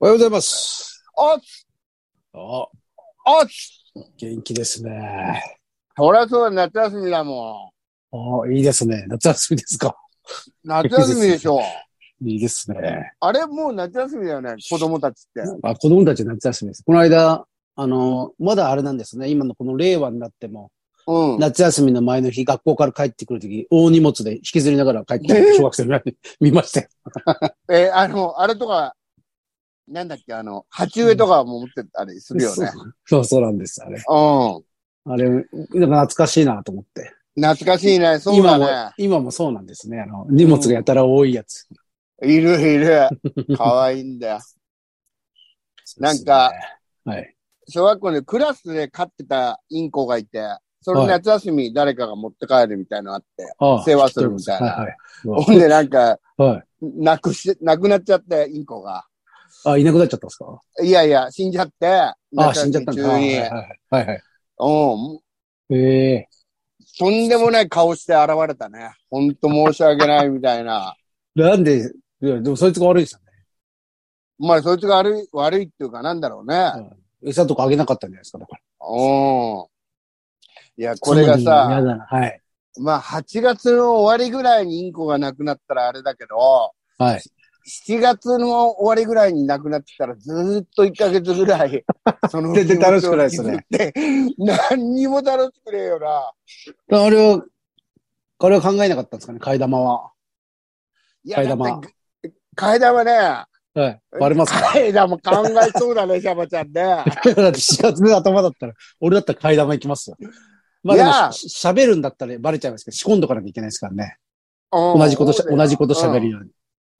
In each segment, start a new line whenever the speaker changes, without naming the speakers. おはようございます。
おつ
あ、
おつ
元気ですね。
そりゃそうだ、夏休みだも
あいいですね。夏休みですか。
ん。夏休みでし ょ。
いいですね。
あれ、もう夏休みだよ ね、子供たちって。
あ、子供たち夏休みです。この間、あの、まだあれなんですね。今のこの令和になっても、
うん。
夏休みの前の日、学校から帰ってくるとき、大荷物で引きずりながら帰ってくる小学生ぐらいに 見ましたよ。
えーあの、あれとか、なんだっけ、あの、鉢植えとかも持ってたりするよね。
そうそうなんです、あれ。
う
あれ、なんか懐かしいなと思って。
ん。懐かしいね、そう
今
だ
も
ね。、
今もそうなんですね。あの、荷物がやたら多いやつ。
いるいる。 かわいいんだよ。な
そうで
んか
すね、はい。
小学校でクラスで飼ってたインコがいて、それ夏休み誰かが持って帰るみたいなのあって、
ああ
世話するみたいな
はいは
ほんでなんか、
い。はい。
なくし、なくなっちゃって、インコが。
あ、いなくなっちゃったんですか
いやいや、死んじゃって、
あ、死んじゃったんだ。
中
はい
に
はいはい。はいはい、
うん。
ええ
とんでもない顔して現れたね。ほんと申し訳ないみたいな。
なんで、いやでもそいつが悪いですよね。
まあ、そいつが悪い、悪いっていうかなんだろうね。
餌とかあげなかったんじゃないですか、だから。
うん。いや、これが
そんな
さ、
の嫌だな。はい。
まあ、8月の終わりぐらいにインコが亡くなったらあれだけど、
はい。
7月の終わりぐらいに亡くなってたらずーっと1ヶ月ぐら い、その
全然楽しくないですね
気持ちを引きずって。何にも楽しくねえよな。
あれは、あれは考えなかったんですかね、替え玉は。
いや、
替え
だっ
玉
て、替え玉ね、
はい。バレますか
替え玉考えそうだね、シャバちゃんね。
だって4月の頭だったら、俺だったら替え玉行きますよ。まあ
い
でも
や、
しし喋るんだったらバレちゃいますけど、仕込んどかなきゃいけないですからね。
同
同じことし、同じこと喋るように。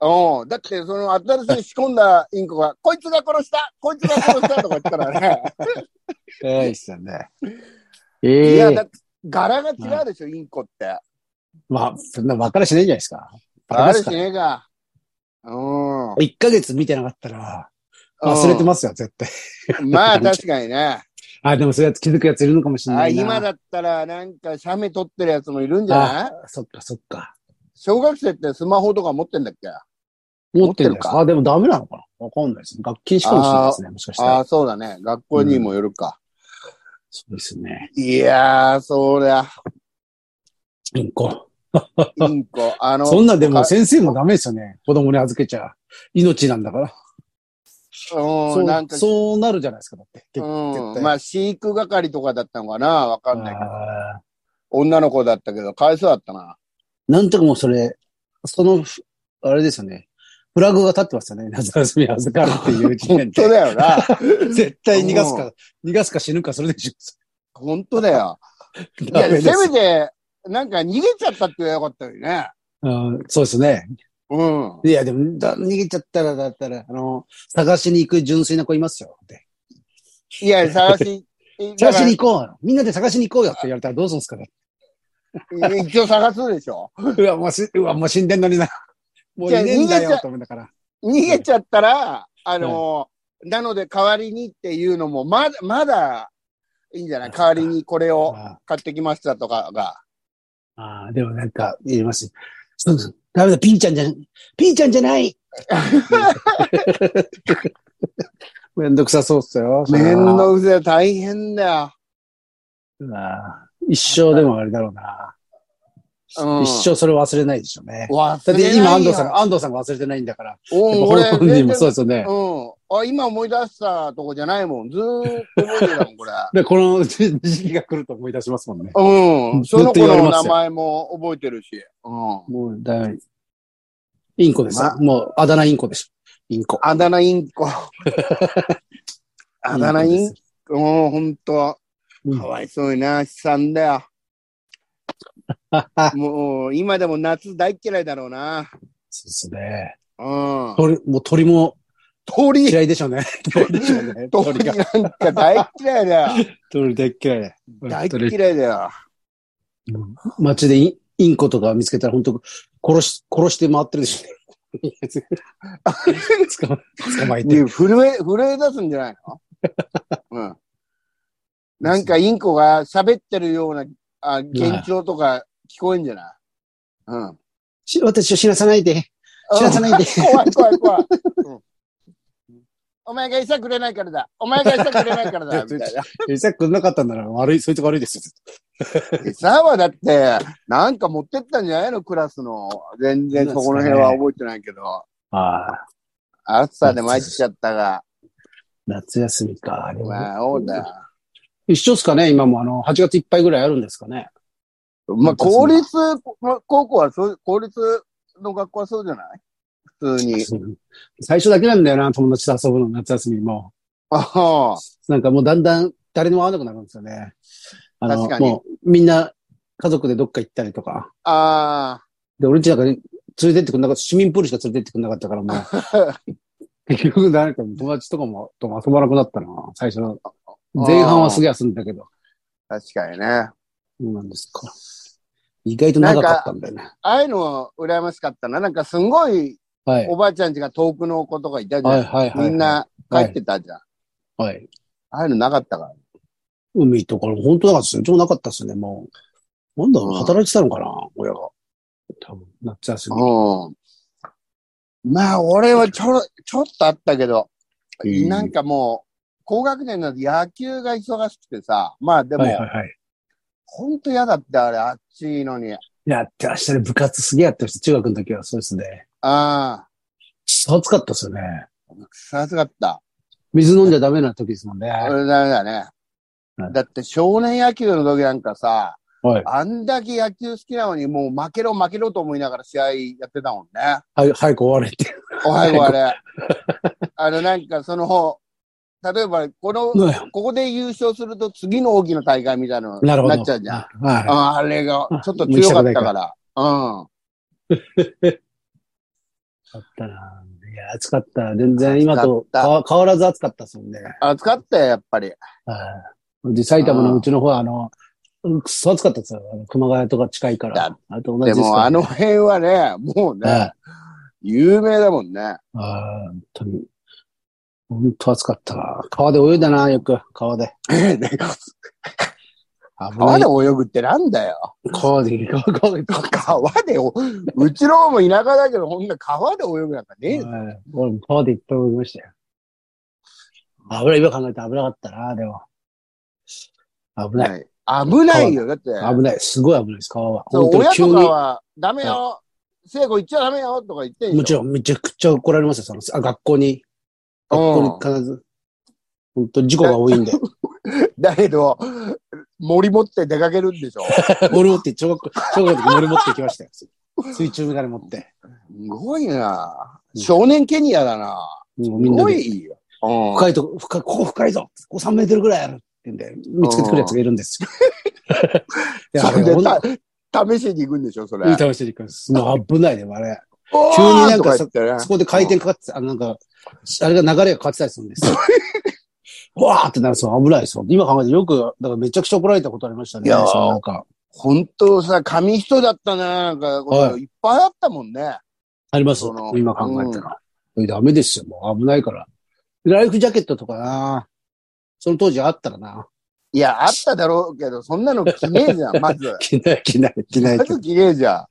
うん。うんだって、その、新しい仕込んだインコが、 こいつが殺したこいつが殺したとか言ったらね。
ええですよね。
い
ええ
や、だって柄が違うでしょ、インコって。
まあ、そんな分からしないんじゃないですか。バレ
あ
ま
る
す
し
か
ねえが。うん。
1ヶ月見てなかったら、忘れてますよ、絶対。
うんまあ、確かにね。
あ、でもそういうやつ気づくやついるのかもしれ
あ
ないな。
今だったら、なんか、写メ撮ってるやつもいるんじゃない
そっかそっか。
小学生ってスマホとか持ってんだっけ
持ってるん
持ってる
です
か
かあ、でもダメなのかなわかんないですね。学禁止かもしれないですね、もしかした
あ
ら。
あ、そうだね。学校にもよるか。
そうですね。
いやー、そりゃ、
インコ。
インコ。あの、
そんなでも先生もダメですよね。子供に預けちゃ。命なんだから。
う
そ
ん、
う
なんか、
そうなるじゃないですか、だって。結絶
う
対
ん。まあ、飼育係とかだったのかなわかんないけど。
あ
女の子だったけど、かわいそうだったな。
ーなんとかもうそれ、その、あれですよね。フラグが立ってますよね。夏休み預かるっていう時点
本当
で。
だよな。
絶対逃がすか、逃がすか死ぬか、それでしょ。
本当だよ。い
ダ
や、
メです
せめて、なんか逃げちゃったって言えばよかったのにね。
うんそうですね。
うん。
いや、でも、だ逃げちゃったら、だったら、あの、探しに行く純粋な子いますよ。って
いや、探し、
探しに行こうみんなで探しに行こうよって言われたらどうするんですかね。
一応探すでしょ。
うわ、もうし、うわ、もう死んでんのに な。もういねえんだ
じゃあ逃げちゃ
よ、と思うんだから。
逃げちゃったら、あの、なので代わりにっていうのも、まだ、まだ、いいんじゃない代わりにこれを
あ
買ってきましたとかが。
あ、でもなんか、言います。そうそうダメだ、ピンちゃんじゃん、ピンちゃんじゃない めんどくさそうっすよ。
面倒くせえ、大変だよ。
うわ一生でもあれだろうな。
うん
一生それ忘れないでしょうね。だ
忘
って
れ
今
ない
安
よ
藤さんが、安藤さんが忘れてないんだから。
うん、
やっぱ
俺、
本人も
全然
そうですよね。
うん。あ、今思い出したとこじゃないもん。ずーっと覚えてたもん、これ。
で、この 時期が来ると思い出しますもんね。
うん。
ず
そ
っ
の
と
子
言われ
の
ますよ
名前も覚えてるし。うん。
もう、だいインコです、
ま
もう、あだ名インコでしょ。インコ。
あだ名イ ンコ。あだ名イン
コ
コ。うん、ほんと。
うん
かわいそうにな、悲惨だ よ。
です。
もう、今でも夏大っ嫌いだろうな。
そうですね。
うん。
鳥、もう鳥も
鳥、
嫌いでしょうね。嫌いでしょうね。鳥
鳥
が。
なんか大っ嫌いだよ。
鳥大っ嫌いだ。
大っ
鳥
嫌いだよ。
うん街でインインコとか見つけたら本当殺し、殺して回ってるでしょ。捕ま捕まえ て。
で、震え、震え出すんじゃない のうん。なんかインコが喋ってるような、あ、幻聴とか聞こえんじゃないうん。
し私を死なさないで。死なさないで。
怖い怖い怖い。お前が餌くれないからだ。お前が餌くれないから だ。みたいな。
餌くんなかったんなら悪い、そいつが悪いですよ。
餌はだって、なんか持ってったんじゃないのクラスの。全然そこの辺は覚えてないけど。
ああ、
暑さで参っちゃったが。
夏休みか。
まあ、そうだよ。
一緒っすかね今もあの、8月いっぱいぐらいあるんですかね。
まあ、公立高校はそう、公立の学校はそうじゃない普通に。
最初だけなんだよな、友達と遊ぶの、夏休みも。
ああ。
なんかもうだんだん誰にも会わなくなるんですよね。あの、
確かに
もうみんな家族でどっか行ったりとか。
あ
で、俺んちなんか連れてってくんなかった。市民プールしか連れてってくんなかったから、もう。
あ。
結局誰かも友達とかもとも遊ばなくなったな、最初の。前半はすげえ遊んだけど。
確かにね。あ
そうなんですか。意外と長かったんだよね。
あいうの羨ましかったな。なんかすごい
はい。
おばあちゃんちが遠くの子とかいたじゃん。
はいはいはい。
みん。な帰ってたじゃん。
はい。
ああいうのなかったから。
海とか、本当なかったですね。超なかったですね、もう。なんだろう、
うん
働いてたのかな、親が。多分、夏休み。
うん。まあ、俺はちょろ、ちょっとあったけど、
うん
なんかもう、高学年の野球が忙しくてさ、まあでも、
はいはいはい。
ほんと嫌だって、あれ、あっちいのに。あ
やってらっしゃる部活すげえやってました。中学の時はそうですね。
あ、
暑かったですよね。
さすがった。
水飲んじゃダメな時ですもんね。
俺ダメだね
はい。
だって少年野球の時なんかさ、
はい。
あんだけ野球好きなのにもう負けろ負けろと思いながら試合やってたもんね。
はい、早く終われ って。
おはよう あれ。あのなんかその、例えばこの、ここで優勝すると次の大きな大会みたいなのに
なるほど。
なっちゃうじゃん。
あはい。
ああれがちょっと強かったから。うん。
あったな。いや、暑かった。全然今と
暑かった
変わ変わらず暑かったですもんね。
暑かったよ、やっぱり。
はい。で、埼玉のうちの方は、あの、くっそ暑かったですよ。あの熊谷とか近いから
だ。
あと同じで
で
す
も
から
あ
ね
の辺はね、もう
は
ね
い、
有名だもんね。
あー本当に。本当暑かったな。川で泳いだな、よく。川で。危な
川
い
で。泳ぐってなんだよ。
川で、川で。川で
川でお、うちの方も田舎だけど、ほんな川で泳ぐなんかねえぞ
はい俺も川でいっぱい泳ぎましたよ。危ない、今考えて危なかったな、でも。危ない。
はい危ないよ、だって。
危ない。すごい危ないです、川は。
そう
本当に
親
急
と
に
かは、ダメよ、聖子行っちゃダメよとか言ってん
もち
ろん。
ろん、めちゃくちゃ怒られますよ、その、あ、学校に。学校に必ず。本当事故が多 いんで。
だけど、森持って出かけるんでしょす
俺持って、小学校、小学校の時俺持って行きましたよ。水中メガネ持って。
ごいな少年ケニアだな
もう
す
みんな
ご
で。
いよ。うん
深いとこ、深い、ここ深いぞ。ここ3メートルぐらいある。って言うんで、見つけてくるやつがいるんですよ。 いや、あ
それ
れ、
で
ほんと
た試しに行くんでしょそれ。
いい試していくんです。もう危ないでもあれ。
おー
急になんか
と言ってね
そこで回転かかってた、あの、なんか、あれが流れが変わってたりするんですよ。 わーってなるそう危ないですよ。今考えてよく、だからめちゃくちゃ怒られたことありましたね。
いやー
そのなんか、
本当さ、紙一重だったね。なんか、
はい
い、っぱいあったもんね。
あります
その
今考えたら。ダメですよ。もう危ないから。ライフジャケットとかな。その当時あったら な。
いや、あっただろうけど、そんなの着ねえじ ゃん、まず。
着ない、着ない、着ない
ま
けど。
ず着ねえじゃん。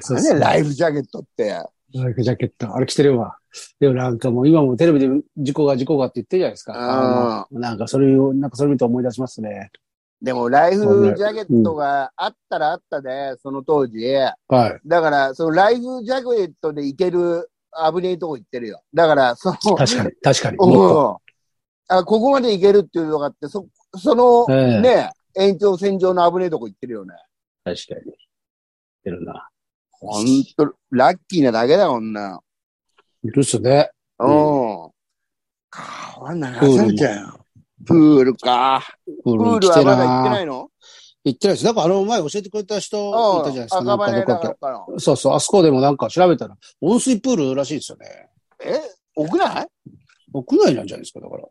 そう
何
そう
やライフジャケットって。
ライフジャケット。あれ着てるわ。でもなんかもう今もテレビで事故が事故がって言ってるじゃないですか。あのなんかそれを、なんかそれ見て思い出しますね。
でも、ライフジャケットがあったらあったで、その当時。
はい。
だから、そのライフジャケットで行ける危ねえとこ行ってるよ。だから、その、
確かに、確かに。
うん
もっと
あここまで行けるっていうのがあって、そ、その、
ええ
ね、延長線上の危ねえとこ行ってるよね。
確かに。てるな。
ほんと、ラッキーなだけだもんな。
いるっすね。
うん。川流されちゃうよ。プールか。
プ
プ
ー
ー
ル
ル
来
は
て
まだ行っ
な
てないの
行ってないです。なんかあの前教えてくれた人いたじゃないですか。
赤
なんか
羽
ど
だ
こだっ
か
け
らかな。
そうそう、あそこでもなんか調べたら、温水プールらしいですよね。
え屋内
屋内なんじゃないですか、だから。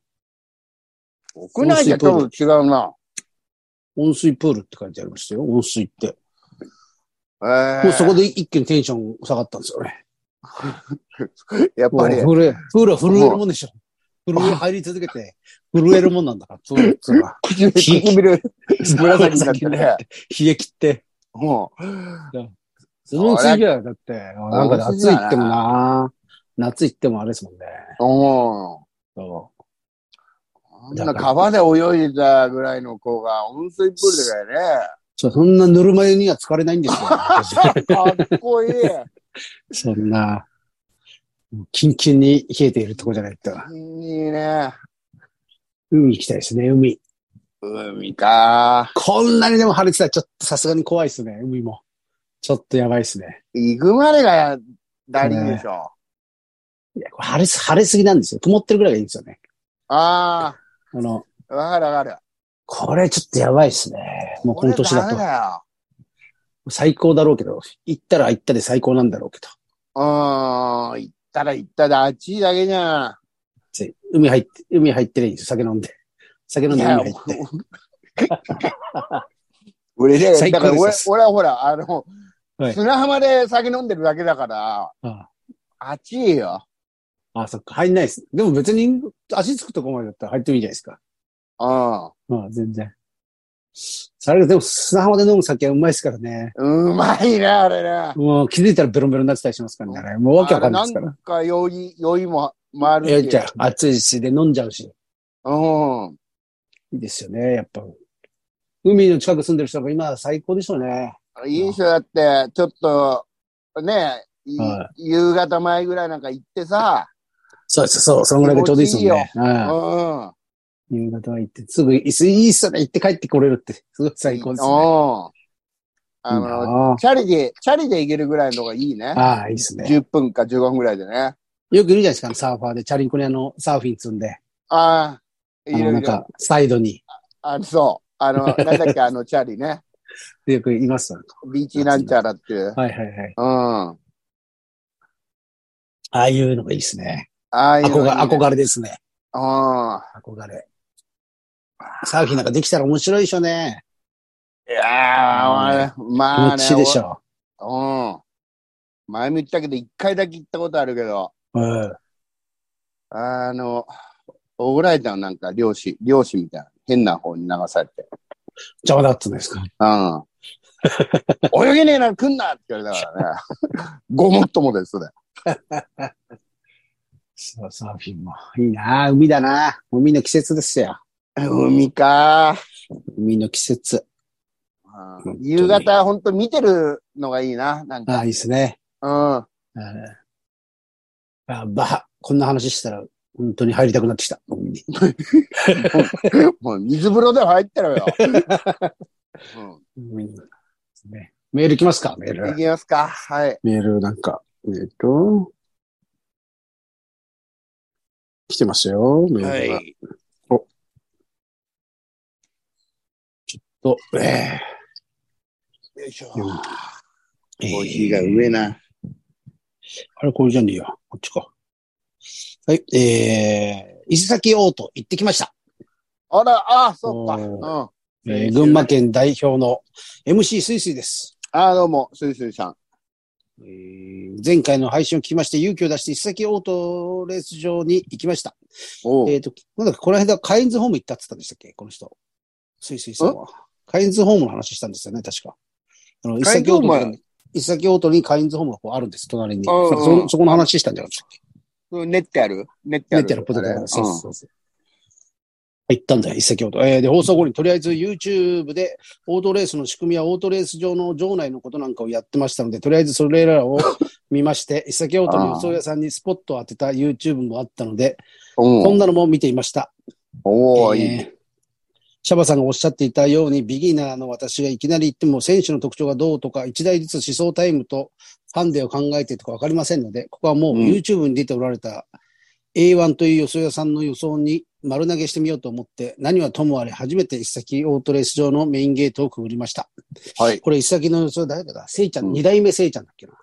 屋内じゃちょっと違うな。
温水プールって書いてありましたよ、温水って。
ええ
もうそこで一気にテンション下がったんですよね。
やっ
も
ぱ
う
り、
震え、プールは震えるもんでしょ。震え入り続けて、震えるもんなんだから、 プールっつうのは。
唇、 唇、紫になってね。
冷え切って。
も
温水ぐらいだって、なんか夏行ってもな夏行ってもあれですもんね。
う、うん。
そ
あんな川で泳いでたぐらいの子が温水プールでか
うそんなぬるま湯には疲れないんですよ。 私
いね。かっこいい。
そんな、キンキンに冷えているとこじゃないと。
いいね。
海行きたいですね、海。
海か。
こんなにでも晴れてたらちょっとさすがに怖いですね、海も。ちょっとやばいですね。
行くまでがダリーでしょ。
いや、これ晴れす、晴れすぎなんですよ。曇ってるぐらいがいいんですよね。
あ
あの、
あ、わかるわかる。
これちょっとやばいですね。もうこの年だ
俺ダ
と。
メよ。
最高だろうけど、行ったら行ったで最高なんだろうけど。
うーん、行ったら行ったで、あっちだけじゃん。
つい海入って、海入ってりゃいいんですよ、酒飲んで。酒飲んで海入って。
俺ね、
最高
だから俺
です、
俺はほら、あの、
はい
砂浜で酒飲んでるだけだから、
あ
暑いよ。
あ、そっか、入んないです。でも別に足つくとこまでだったら入ってもいいじゃないですか。
う
まあ、全然。それでも砂浜で飲む酒はうまいですからね。
ん。うまいね、あれね。
もう気づいたらベロンベロンになってたりしますからね。あれもうわけわかんないですか
あれな
ら
ん。か酔い、酔いも回るし。
ええじゃあ、暑いし、で飲んじゃうし。
うん。
いいですよね、やっぱ。海の近く住んでる人が今は最高でしょうね。
いい人だって、ちょっと、ね、い
は
夕方前ぐらいなんか行ってさ、
そうです、そう。そのぐらいがちょうどいいですもんね。
うん。
はい
うん。
夕方は行って、すぐ、いいっすいいっすよね。行って帰ってこれるって、すごい最高ですね。
あ
いい
の、
なあ
チャリで、チャリで行けるぐらいの方がいいね。
ああ、いいですね。
10分か15分ぐらいでね。
よくいるじゃないですか、サーファーで、チャリンコにあの、サーフィン積んで、
ああ、
あ
い
の、
ろ
ないん
ろ。
か、サイドに、
あの、そう。あの、なんだっけ、あの、チャリね。
よくいます。
ビーチなんちゃらっていう。
はいはいはい。
うん。あ
ああいうのがいいですね。
あいう
憧れ、
のいいね。
憧れですね。
うん。
憧れ。サーフィンなんかできたら面白いでしょうね。
いやー、
気
ま
持
あね。
ちいいでしょ
うん。前も言ったけど、一回だけ行ったことあるけど、
う。うん。
あの、怒られたのなんか、漁師、漁師みたいな。変な方に流されて。
邪魔だったんですか。
うん。泳げねえなら来んなって言われたからね。ごもっともですね。
そう、サーフィンも。いいなあ海だなあ海の季節ですよ。
海か、
海の季節。
うん夕方、ほんと見てるのがいいな。なん
あ
か。
あ、いいですね。
うん。
うんああばあ、こんな話したら、本当に入りたくなってきた。海に
もう水風呂でも入っ てろよ。う
うんねメール来ますかメー
ん。い
ル。
きますか。はい。
メールなんか、えっと。来てますよ、メールが。
はい。
と、え
よいし
ー
ょ。コ
え
ーヒーが上な。
あれ、これじゃねえよ。こっちか。はい、えー、伊勢崎オート行ってきました。
あら、あ、そっか。
おー
うん。
えー、群馬県代表の MC スイスイです。
あ、どうも、すいすいさん。
えー前回の配信を聞きまして、勇気を出して伊勢崎オートレース場に行きました。
おう
えっ、と、なんだっけ、この間、カインズホーム行ったって言ったんでしたっけこの人。スイスイさんは。カインズホームの話したんですよね、確か。あの、伊
カイ
勢
ン
崎
ズホ
オ
ー
ー
ム
トに、伊勢崎オートにカインズホームがこうあるんです、隣に。
うんうん
そそこの話したんじゃなかったっけ
練ってある練ってあ
ネ
る。
ットのポテト
あれ
が。そうそうそう。行ったんだよ、一石ほど。えーで、放送後にとりあえず YouTube でオートレースの仕組みやオートレース場の場内のことなんかをやってましたので、とりあえずそれらを見まして、一石ほどの予想屋さんにスポットを当てた YouTube もあったので、
うん
こんなのも見ていました。
おおい
え
い。
ーシャバさんがおっしゃっていたように、ビギナーの私がいきなり言っても、選手の特徴がどうとか、一台ずつ思想タイムとファンデを考えてとかわかりませんので、ここはもう
うん
YouTube に出ておられた A1 という予想屋さんの予想に丸投げしてみようと思って、何はともあれ初めて一先オートレース場のメインゲートをくぐりました。
はい。
これ一先の予想誰だか、せいちゃ、
うんん
二、代目せいちゃんだっけな。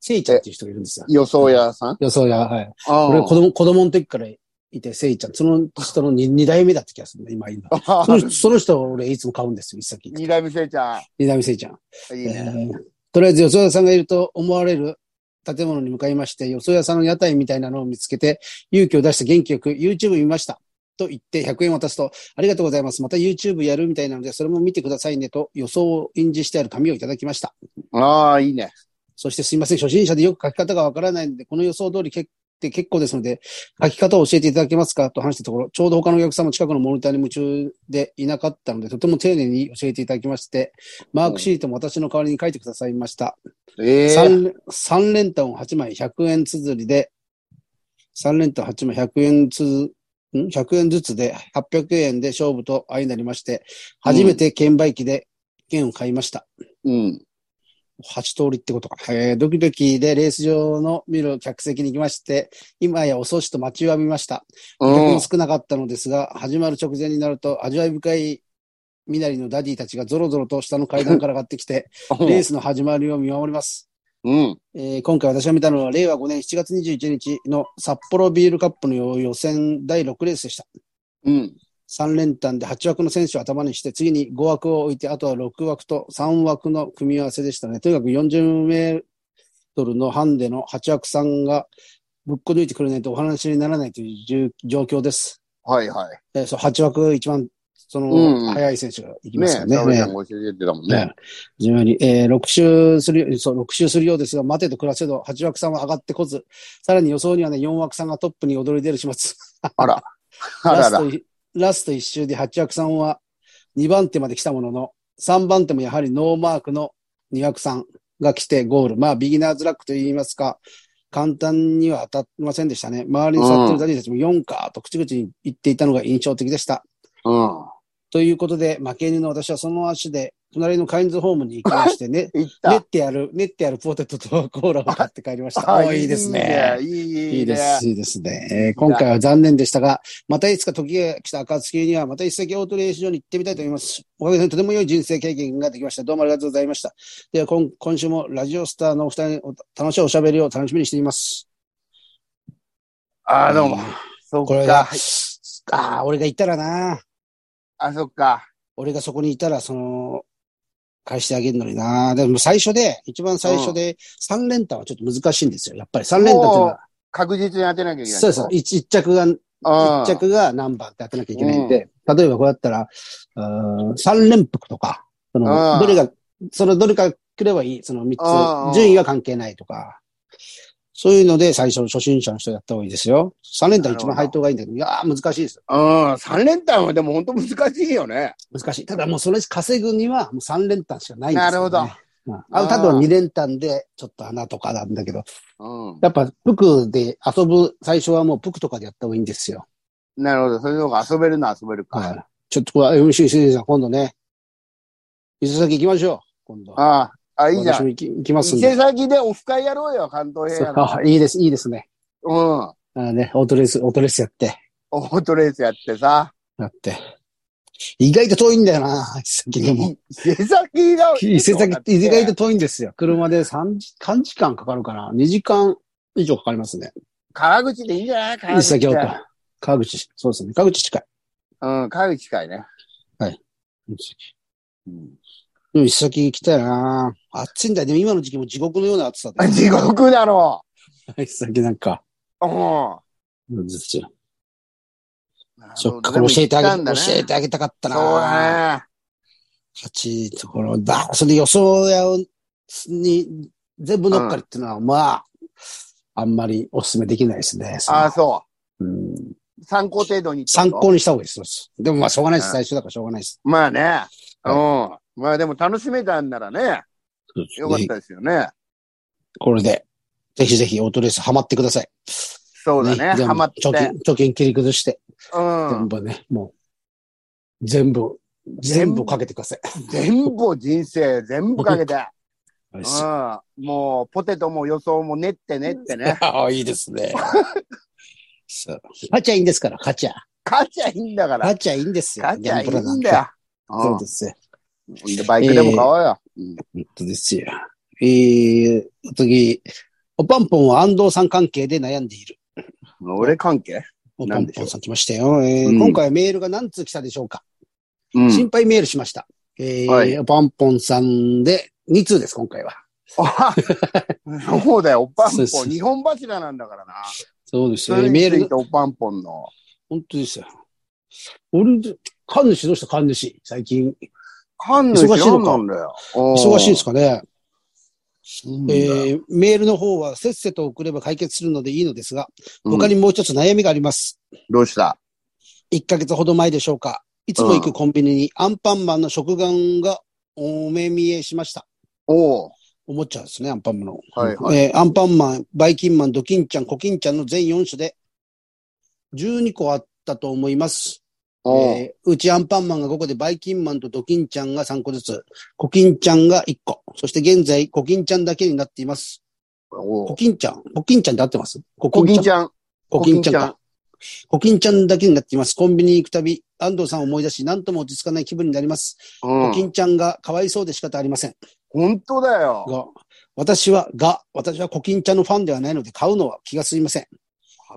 せいちゃんっていう人がいるんですよ。
予想屋さん
予想屋、はい。
あ
俺子供、子供の時からいて、せいちゃん。その人の 2, 二代目だった気がするね、今、今。そのその人を俺いつも買うんですよ、一先。
二代目せいちゃ
二代目せいちゃん。
ん。いい
え
ね。
ーとりあえず、よそ屋さんがいると思われる建物に向かいまして、よそ屋さんの屋台みたいなのを見つけて、勇気を出して元気よく YouTube 見ました。と言って100円渡すと、ありがとうございます。また YouTube やるみたいなので、それも見てくださいねと予想を印字してある紙をいただきました。
ああ、いいね。
そしてすいません、初心者でよく書き方がわからないので、この予想通り結で結構ですので、書き方を教えていただけますかと話したところ、ちょうど他のお客さんも近くのモニターに夢中でいなかったので、とても丁寧に教えていただきまして、マークシートも私の代わりに書いてくださいました。
ええ
三三連単を8枚100円綴りで、3連単8枚100円つづ、ん ?100 円ずつで800円で勝負と相なりまして、
うん
初めて券売機で券を買いました。
うん。
8通りってことか。えードキドキでレース場の見る客席に行きまして、今や遅しと待ちわびました。お客
う
も
ん。
少なかったのですが、始まる直前になると味わい深い身なりのダディたちがゾロゾロと下の階段から上がってきて、レースの始まりを見守ります。
うん。
えー今回私が見たのは令和5年7月21日の札幌ビールカップの予選第6レースでした。
うん。
3連単で8枠の選手を頭にして、次に5枠を置いて、あとは6枠と3枠の組み合わせでしたね。とにかく40メートルのハンデの8枠さんがぶっこ抜いてくれないとお話にならないという状況です。
はいはい。
えーそう8枠一番、そ
うん
の、速い選手がいきま
ねえ、
す
サ
よね。
ブちゃん
ね
が教えてたもん
ね
ね。
自分に、えー、6周する、そう、6周するようですが、待てと暮らせど、8枠さんは上がってこず、さらに予想にはね、4枠さんがトップに躍り出る始末。
あら。あ
ラ
ら
ス
ら
ト。い、ラスト一周で八枠さんは2番手まで来たものの、3番手もやはりノーマークの2枠さんが来てゴール。まあ、ビギナーズラックと言いますか、簡単には当たりませんでしたね。周りに座ってるダディたちも4かと口々に言っていたのが印象的でした。
う
ということで、負け犬の私はその足で、隣のカインズホームに行きまして ね、
ん。いっ。
練ったてやる、練ってやるポテトとコーラを買って帰りました。
あ
おーいいですね。
いいね。
い
い
い
い
で
ね。
す、いいですね。えー今回は残念でしたが、またいつか時が来た暁には、また一席オートレース場に行ってみたいと思います。おかげさまでとても良い人生経験ができました。どうもありがとうございました。では、今今週もラジオスターのお二人の楽しいおしゃべりを楽しみにしています。
ああ、どうも
えー。
そ
これ
っ
が
か。、
ああ、俺が行ったらな。
あ、そっか。
俺がそこにいたら、その、返してあげるのにな。でも最初で、一番最初で、3連単はちょっと難しいんですよ。やっぱり3連単っていうの
もう
は、
確実に当てなきゃいけない。
そうそう、一一着が
あ
一着が何番って当てなきゃいけないんで、例えばこうやったら、うーん三連服とか、そ
うん
の、どれが、そのどれか来ればいい、その三
うん
つ、順位は関係ないとか、そういうので最初初心者の人やった方がいいですよ。三連単一番配当がいいんだけど、いやー難しいです。
うん。三連単はでも本当難しいよね。
難しい。ただもうそれ稼ぐにはもう三連単しかないんですよ、ね。
なるほど
うん。あ例えば二連単でちょっと穴とかなんだけど、
うん。
やっぱプクで遊ぶ、最初はもうプクとかでやった方がいいんですよ。
なるほど。それの方が遊べるな、遊べる
はい
か。。
ちょっとこれ MC 先生さん、今度ね、伊勢崎行きましょう。今度。
ああ、あ、いいじゃ
私
ん。
も行き行きますん
伊
で
勢。崎でオフ会やろうよ、関東
そ
平
う
野 の。
あいいです、いいですね。
うん。
あのね、オートレース、オートレースやって、
オートレースやってさ。
やって。意外と遠いんだよな、伊勢崎でも。
伊勢崎が。
伊勢崎って意外と遠いんですよ。車で3時、3時間かかるかな。2時間以上かかりますね。
川口でいいんじゃない
伊
川口。
勢崎オート。川口、そうですね。川口近い。
うん、川口近いね。
伊勢崎
うん
でも伊勢崎行きたいな暑いんだよ。でも今の時期も地獄のような暑さ で。
地獄だろ
伊勢崎なんか。
う。
う
う
んですよ
ん。
そっか、これ教えてあげ、
た
教えてあげたかった
た
な。
そうだね。
8ところだ。それで予想屋に全部乗っかりっていうのは、まあ、あんまりお勧めできないですね。
ああ、そ
うん
う。参考程度に。
参。考にした方がいいですそうです。でもまあ、しょうがないです。
うん
最初だからしょうがないです。
まあね。うん。まあでも楽しめたんならね、よかっ
ぜひ
たですよね。
これで、ぜひぜひオートレースハマってください。
そうだね。
全部
ハマって。
貯金、貯金切り崩して、
うん
全。部ね、もう、全部、全部かけてください。
全部を人生、全部かけて。
う
うん。もう、ポテトも予想も練って練ってね。
ああ、いいです ね。そう。勝ちゃいいんですから、勝ちゃ。
勝ちゃいいんだから。
勝ちゃいいんですよ。
勝ちゃい
ギ
い
ャンブラーなんて
だよ。
そう
う
ですよ。
ん。でバイクでも買おうよ。うん
本当ですよ。えー、次、おぱんぽんは安藤さん関係で悩んでいる。
俺関係
おぱんぽんさん来ましたよ。えー
うん
今回メールが何通来たでしょうか、
うん。
心配メールしました。えー
はい
おぱんぽんさんで2通です、今回は。
あそうだよ、おっぱん
そう
ぽ。
そうん
日本柱なんだからな。
そうです
そ
よ。
れ
メ
につ
ール
い
が
て、おっぱんぽんの。
本当ですよ。俺、神主どうした神主最近、
神
忙し
主
いのか
何なんだよ。
忙しいんです
か
かねえーメールの方はせっせと送れば解決するのでいいのですが、他にもう一つ悩みがあります。
どうした
1ヶ月ほど前でしょうか。いつも行くコンビニにアンパンマンの食玩がお目見えしました。
おお
おもちゃですね、アンパンマンの。
はいはい
えーアンパンマン、バイキンマン、ドキンちゃん、コキンちゃんの全4種で、12個あったと思います。
おう
えーうちアンパンマンが5個で、バイキンマンとドキンちゃんが3個ずつ、コキンちゃんが1個。そして現在、コキンちゃんだけになっています。
お
コ
う
キンちゃんコキンちゃんって合ってますコ
コ
キ
キ
ン
ン
ち
ち
ゃん。
ゃん。
コキンちゃん
コキンちゃ
か。コキンちゃんだけになっています。コンビニに行くたび、安藤さんを思い出し、何とも落ち着かない気分になります。
う
コキ
ん。
ンちゃんがかわいそうで仕方ありません。
本当だよ。
が、私は、が、私はコキンちゃんのファンではないので買うのは気がすいません。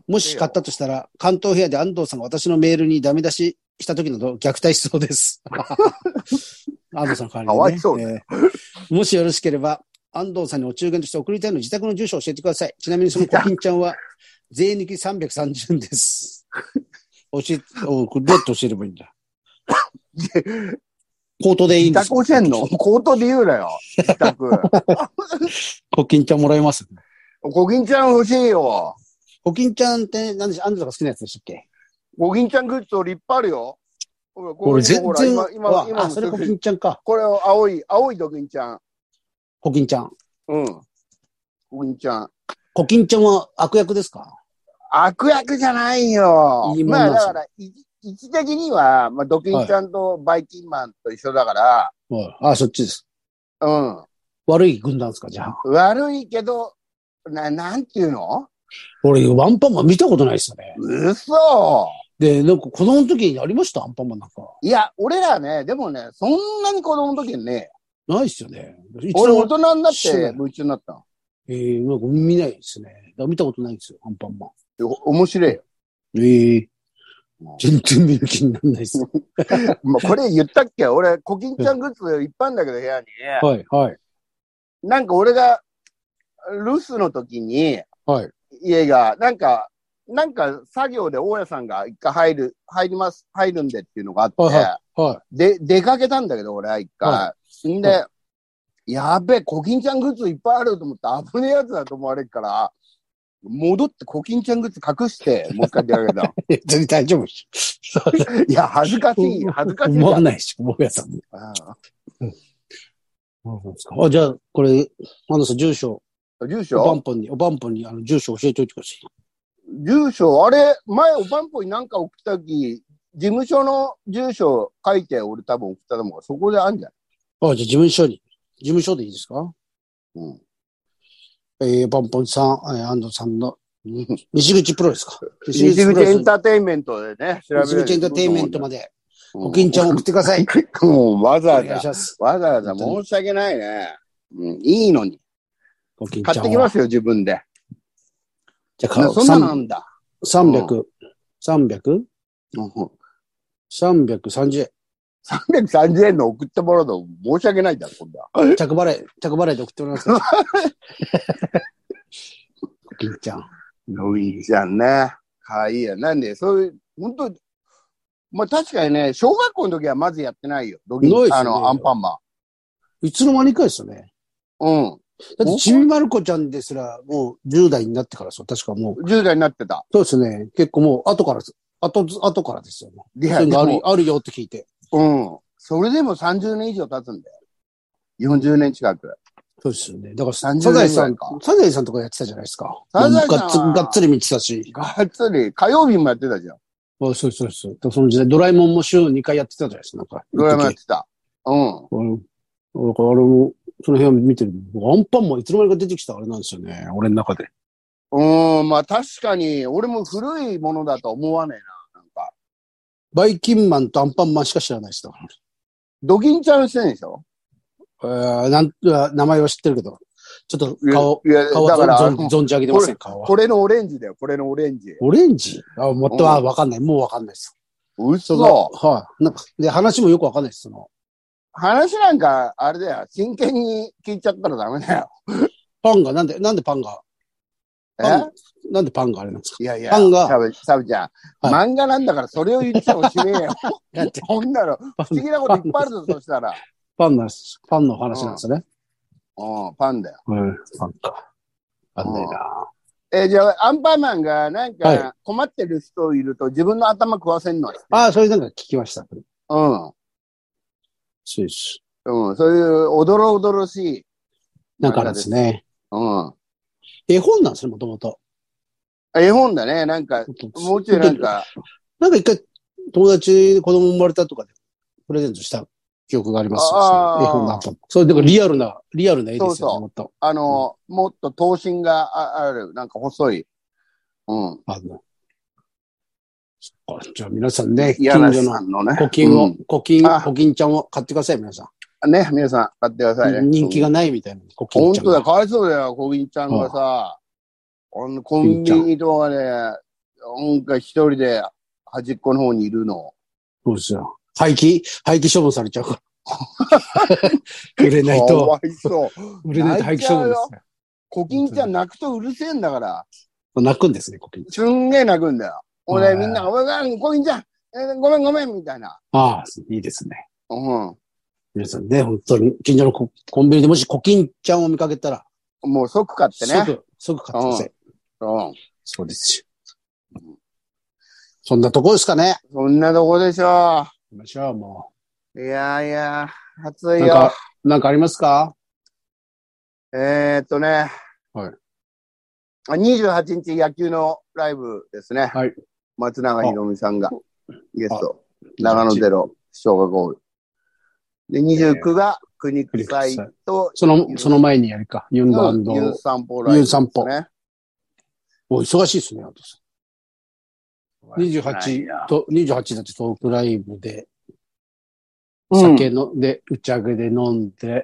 もし買ったとしたら、関東部屋で安藤さんが私のメールにダメ出しした時など虐待しそうです。 安藤さんの代わりに、ね。
かわいそう
えーもしよろしければ、安藤さんにお中元として送りたいので自宅の住所を教えてください。ちなみにそのコキンちゃんは、税抜き330円です。教え、おこれどうやって教えればいいんだ。口頭でいいん
自
です
宅
か
教えんの口頭で言うなよ。自 宅。
コキンちゃんもらえます。
コキンちゃん欲しいよ。
コキンちゃんって何でしょ安藤さんが好きなやつでしたっけ
コキンちゃんグッズを立派あるよ。ほら
俺全
ほら
然
今、、今、
わ
今
あ、
も
そ
す
れ
ぐ
コキンちゃんか。
これを青い、青いドキンちゃん。
コキンちゃん。
うん。コキンちゃん。
コキンちゃんは悪役ですか
悪役じゃないよ。
いいもん
ま
なん
あ
すよ
だから、い位置的には、まあ、ドキンちゃんとバイキンマンと一緒だから、
はい。あ、そっちです。悪い軍団ですかじゃあ。
うん。悪いけど、な、なんていうの
俺、ワンパンマン見たことないですよね。
嘘
で、なんか子供の時にありましたアンパンマンなんか。
いや、俺らね、でもね、そんなに子供の時にね、
ないっすよね。一
俺大
応、
人になっ
知らない
て夢中になったの。
えー、なんか見ないですね。だから見たことないんですよ、アンパンマン。
お面白いよ。
ええ
うん
全然見る気にならないです。
まあ、これ言ったっけ俺、コキンちゃんグッズいっぱいあんだけど、部屋に。
はい、はい、
なんか俺が、留守の時に、
はい。
家が、なんか、なんか作業で大家さんが一回入る、入ります、入るんでっていうのがあって、
はいは
で、出かけたんだけど、俺は一回。
は
んで、
は
やべえ、コキンちゃんグッズいっぱいあると思って、危ねえやつだと思われるから、戻ってコキンちゃんグッズ隠して、もう一回出かけたの。
い。別に大丈夫っし
いや、恥ずかしい、恥ずか
ょ。
しいじゃん。
思わないっしょ、僕やさんに。あ、じゃあ、これ、あのさん、住所、
うん住
おばん
所
ぽんに、おばんぽんに、あの、住所教えておいてください。
住所あれ、前、おばんぽになんか送った時、事務所の住所書いて、俺多分送ったと思うからそこであんじゃん。
あ、じゃあ事務所に。事務所でいいですか
うん。
えー、ポンポンさん、えー、安藤さんの、西口プロですか
西口
プロレ
エ
ス
ンターテインメントでね、調べ
西口エンターテインメントまで、
お
ご近ちゃん送ってください。
もうわざ
お
わ
願いし
ざ、
ます。
わざわざ申し訳ないね。うん、いいのに。
ご近ちゃん。
買ってきますすよ、自分で。
じゃあ、
なそんなのなんだ。
三百三百
うん
三百三十円。
330円の送ってもらうの申し訳ないんだ、今度は。
着払い、着払いで送ってもらいます。 ご近ちゃん。
ロインちゃんね。かわいいや。なんで、そういう、本当まあ確かにね、小学校の時はまずやってないよ。ドキン
ないっすね
あの、アンパンマ
いつの間にかですよね。
ン。
だって、ちびまる子ちゃんですら、もう10代になってからそう、確かもう。
うん。10代になってた。
そうですね。結構もう、後からです、後ず、後からですよね。
リ
そういうのある
も、
あるよって聞いて。
うん。それでも30年以上経つんだよ。40年近く。
そうですよね。だから、サ
30
ザエさん
ぐらいか、
サザエさんとかやってたじゃないですか。
サザエさん
がっつがっつり見てたし。
がっつり、火曜日もやってたじゃん。
あそうそうそう。でもその時代、ドラえもんも週2回やってたじゃないですか。なんか。
ドラマやってた。うん。
うん。だから、あれも、その辺を見てる。アンパンマンいつの間にか出てきたあれなんですよね。俺の中で。
うん、まあ確かに、俺も古いものだと思わねえな、なんか。
バイキンマンとアンパンマンしか知らないです。だか
ドキンちゃんしてんでしょ
らえー、なん、あ名前は知ってるけど。ちょっと顔、
いや、いや
顔
だから、
は
あ
存
の
存存じ上げてません、顔は。
これのオレンジだよ、これのオレンジ。
オレンジあ、もっとは
うん
わかんない。もうわかんないです。その
嘘。
はい。なんか、で、話もよくわかんないです。その、
話なんか、あれだよ、真剣に聞いちゃったらダメだよ。
パンが、なんで、なんでパンが、パン
え、
なんでパンがあれなんですか
いやいや、
パンが
サブ、サブちゃん、
は
漫画なんだからそれを言ってほしねえ よ。
だって
こんなの、
パ
不思
ン
議なこといっぱいあるぞ、そしたら。
パンの、パンの話なんですよね。
ああ、パンだよ。
うん。なんか。あんないな。
えーじゃあ、アンパンマンがなん
は
か困ってる人いると自分の頭食わせんの
ああ、そういうのが聞きました。そうです。
うん。うん。そういう、おどろおどろしい。
なんかあれですね。
うん。
絵本なんですね、もともと。
絵本だね。なんか、もうちょいなんか、
なんか一回、友達、子供生まれたとかで、プレゼントした記憶がありますよ
あー
絵本なんかも。それ、だからリアルな、リアルな絵ですよね、
そうそう
もっと。
あの、もっと頭身があある、なんか細い。うん。
あの。そっかじゃあ皆さんね、近
柳
所の
さんのね。
古金
う
を
ん、
古金、
あ
古金ちゃんを買ってください、皆さ
ね、皆さん、買ってくださいね。
ん。人気がないみたいな、古
うん。
金
本
ちゃん
当
が。
だ、かわいそうだよ、コギンちゃんがさ。あの、コンビニとかで、なんか一人で端っこの方にいるの。
そうですよ。廃棄、廃棄処分されちゃう から。売れない
か
と、
わいそう。
売れないと廃棄処分ですね。
コキンちゃん泣くとうるせえんだから。
泣くんですね、古金ち
すんげえ泣くんだよ。
は
俺
い
みんな、おい、コキンちゃん、えーごめんごめん、みたいな。
ゃん。ああ、いいですね。
うん。
皆さんね、本当に、近所のココンビニでもし古金ちゃんを見かけたら、
もう即買ってね。
即、即買ってください。
うん。
そうですよ。そんなとこですかね。
そんなとこでしょ
行きましょう、も
う。いやいや、暑
う。
い
なん
よ
か。、なんかありますか
えーっとね。
はい
あ。28日野球のライブですね。
はい。
松永ひろみさんがゲスト。長野ゼロ、小学校。で、29が国
国
草
際
井と
その、その前にやるか。ユンドアンド。
ユン散歩ライブですね。
ユン散歩お、忙しいですね、あとさん。28と、28だってトークライブで、酒の、で、打ち上げで飲んで、
うんうん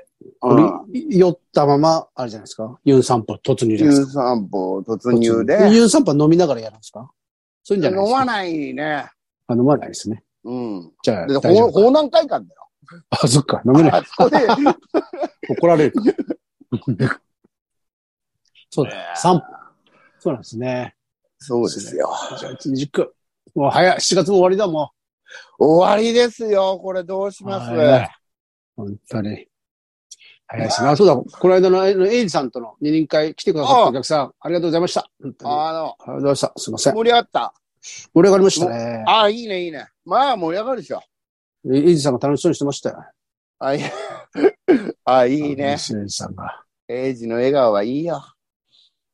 酔ったまま、あれじゃないですか。ユン散歩突入じゃない
ユ
で
ン
すか。
散歩突入で。
ユン散歩は飲みながらやるんですかそういうんじゃ
飲
ないですか。
まないね。
あ飲まないですね。
うん。
じゃあ、
で、
大丈
ほ
夫か
法南会館だよ。
あ、そっか、飲めない。
あそ こで、
怒られるか。 そうだ、散歩。そうなんですね。
そうですよ。
じゃあ、軸。もう早い、7月も終わりだ、もう。
終わりですよ。これどうします
はい本当に。早いですね。あ、そうだ。この間のあのエイジさんとの二人会来てくださったお客さん、ありがとうございました。本当に。あ
あ
りがとうございました。すいませ
の、
ん。
盛り上がった。
盛り上がりましたね。
ああ、いいね、いいね。まあ、盛り上がるでしょ。
エイジさんが楽しそうにしてましたよ。
あいい あいい
エイ
ね。
ジさんが。
エイジの笑顔はいいよ。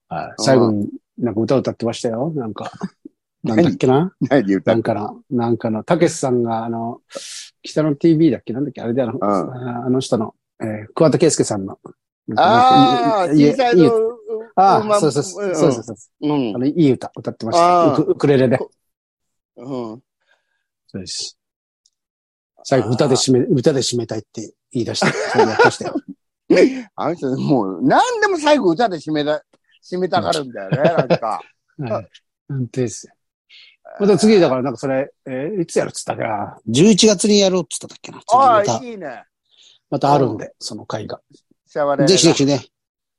はい。最後になんか歌歌ってましたよ。なんか。なんだっけな
何言っ
なんかの、なんかの、たけしさんが、あの、北の TV だっけなんだっけあれだよな、あの人の、えー、桑田佳祐さんの。
ああ、
いいいい
小さいの。う
あ
ま
あ、そうそうそう。そうそうそう。
うん
あ。の、いい歌歌ってました。
あ
ウ
ー
クウクレレで。
うん。
そうです。最後、歌で締め、歌で締めたいって言い出 した。それやってましたよ。
あの人、もう、何でも最後歌で締めた、締めたがるんだ よね、なんか。
はい。安定ですよ。また次、だから、なんかそれ、えーいつやるっつったかな。11月にやろうっつったっけな。
あ
また
あ、、いいね。
またあるんで、その会が。
シャワレー
ぜひぜひね、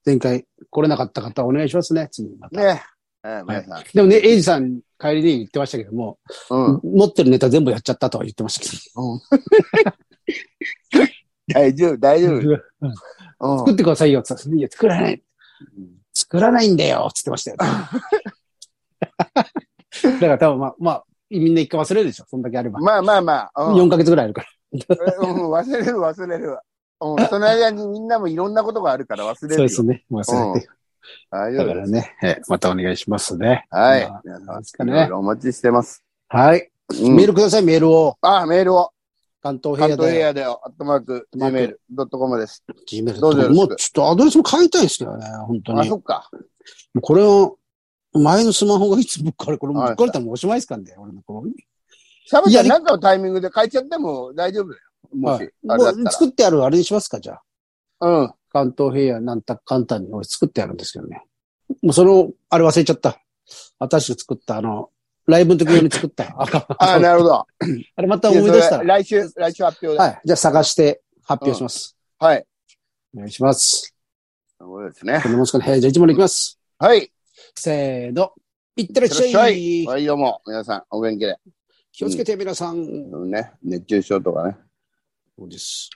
前回来れなかった方お願いしますね、次また。
ね。ええ、皆さん。
でもね、エイジさん帰りに言ってましたけども、
うん。
持ってるネタ全部やっちゃったとは言ってましたけ
大丈夫、大丈
ど。
夫。う
作
ん
ってくださいよって言ったら、いや、作らない。作らないんだよっつってましたよ。 だから多分まあ、まあ、みんな一回忘れるでしょ、そんだけあれば。
まあまあまあ。うん
4ヶ月ぐらいあるから。
うん忘れる、忘れる。うんその間にみんなもいろんなことがあるから忘れるよ。
そうですね。忘れて。
大丈
だ
夫
か
で
ら
す。
ね、えーまたお願いしますね。
はい
まあ。
皆
なんです
さ
か
ん、い
ね
ろいろお待ちしてます。
はい。
うん
メールください、メールを。
あ、メールを。
関東
カ
平
ン
野
トエ
で。
アでよ。アットマーク、gmail.com です。
Gmail
どうぞよろしく
もうちょっとアドレスも変えたいですけどね、本当
あ、
に。も
そっか。
うこれを、前のスマホがいつぶっかれ、これもうぶっかれたらもうおしまいですからね、俺のこの。
シャブ
い
ち
や
ゃんなんかのタイミングで変えちゃっても大丈夫だよ。も
は
し
い、。
あ
も
れだった
う作ってあるあれにしますか、じゃあ。
ら。うん。
関東平野なんた簡単に俺作ってあるんですけどね。もうその、あれ忘れちゃった。私が作ったあの、ライブの時用に作った。
あ、
あ
なるほど。
れまた思い出した
い
ら。
やそれ来週、来週発表で。
はい。じゃあ探して発表します。
はい。
お願いします。
そうですね
こ。んなもんすかね。はいじゃあ一問いきます。
はい。
せーの。いってらっし
いってらっ
ゃ
しゃ
い。
はい、どうも。皆さん、お元気で。
気をつけて皆さん。
うんね、熱中症とかね。
そうです。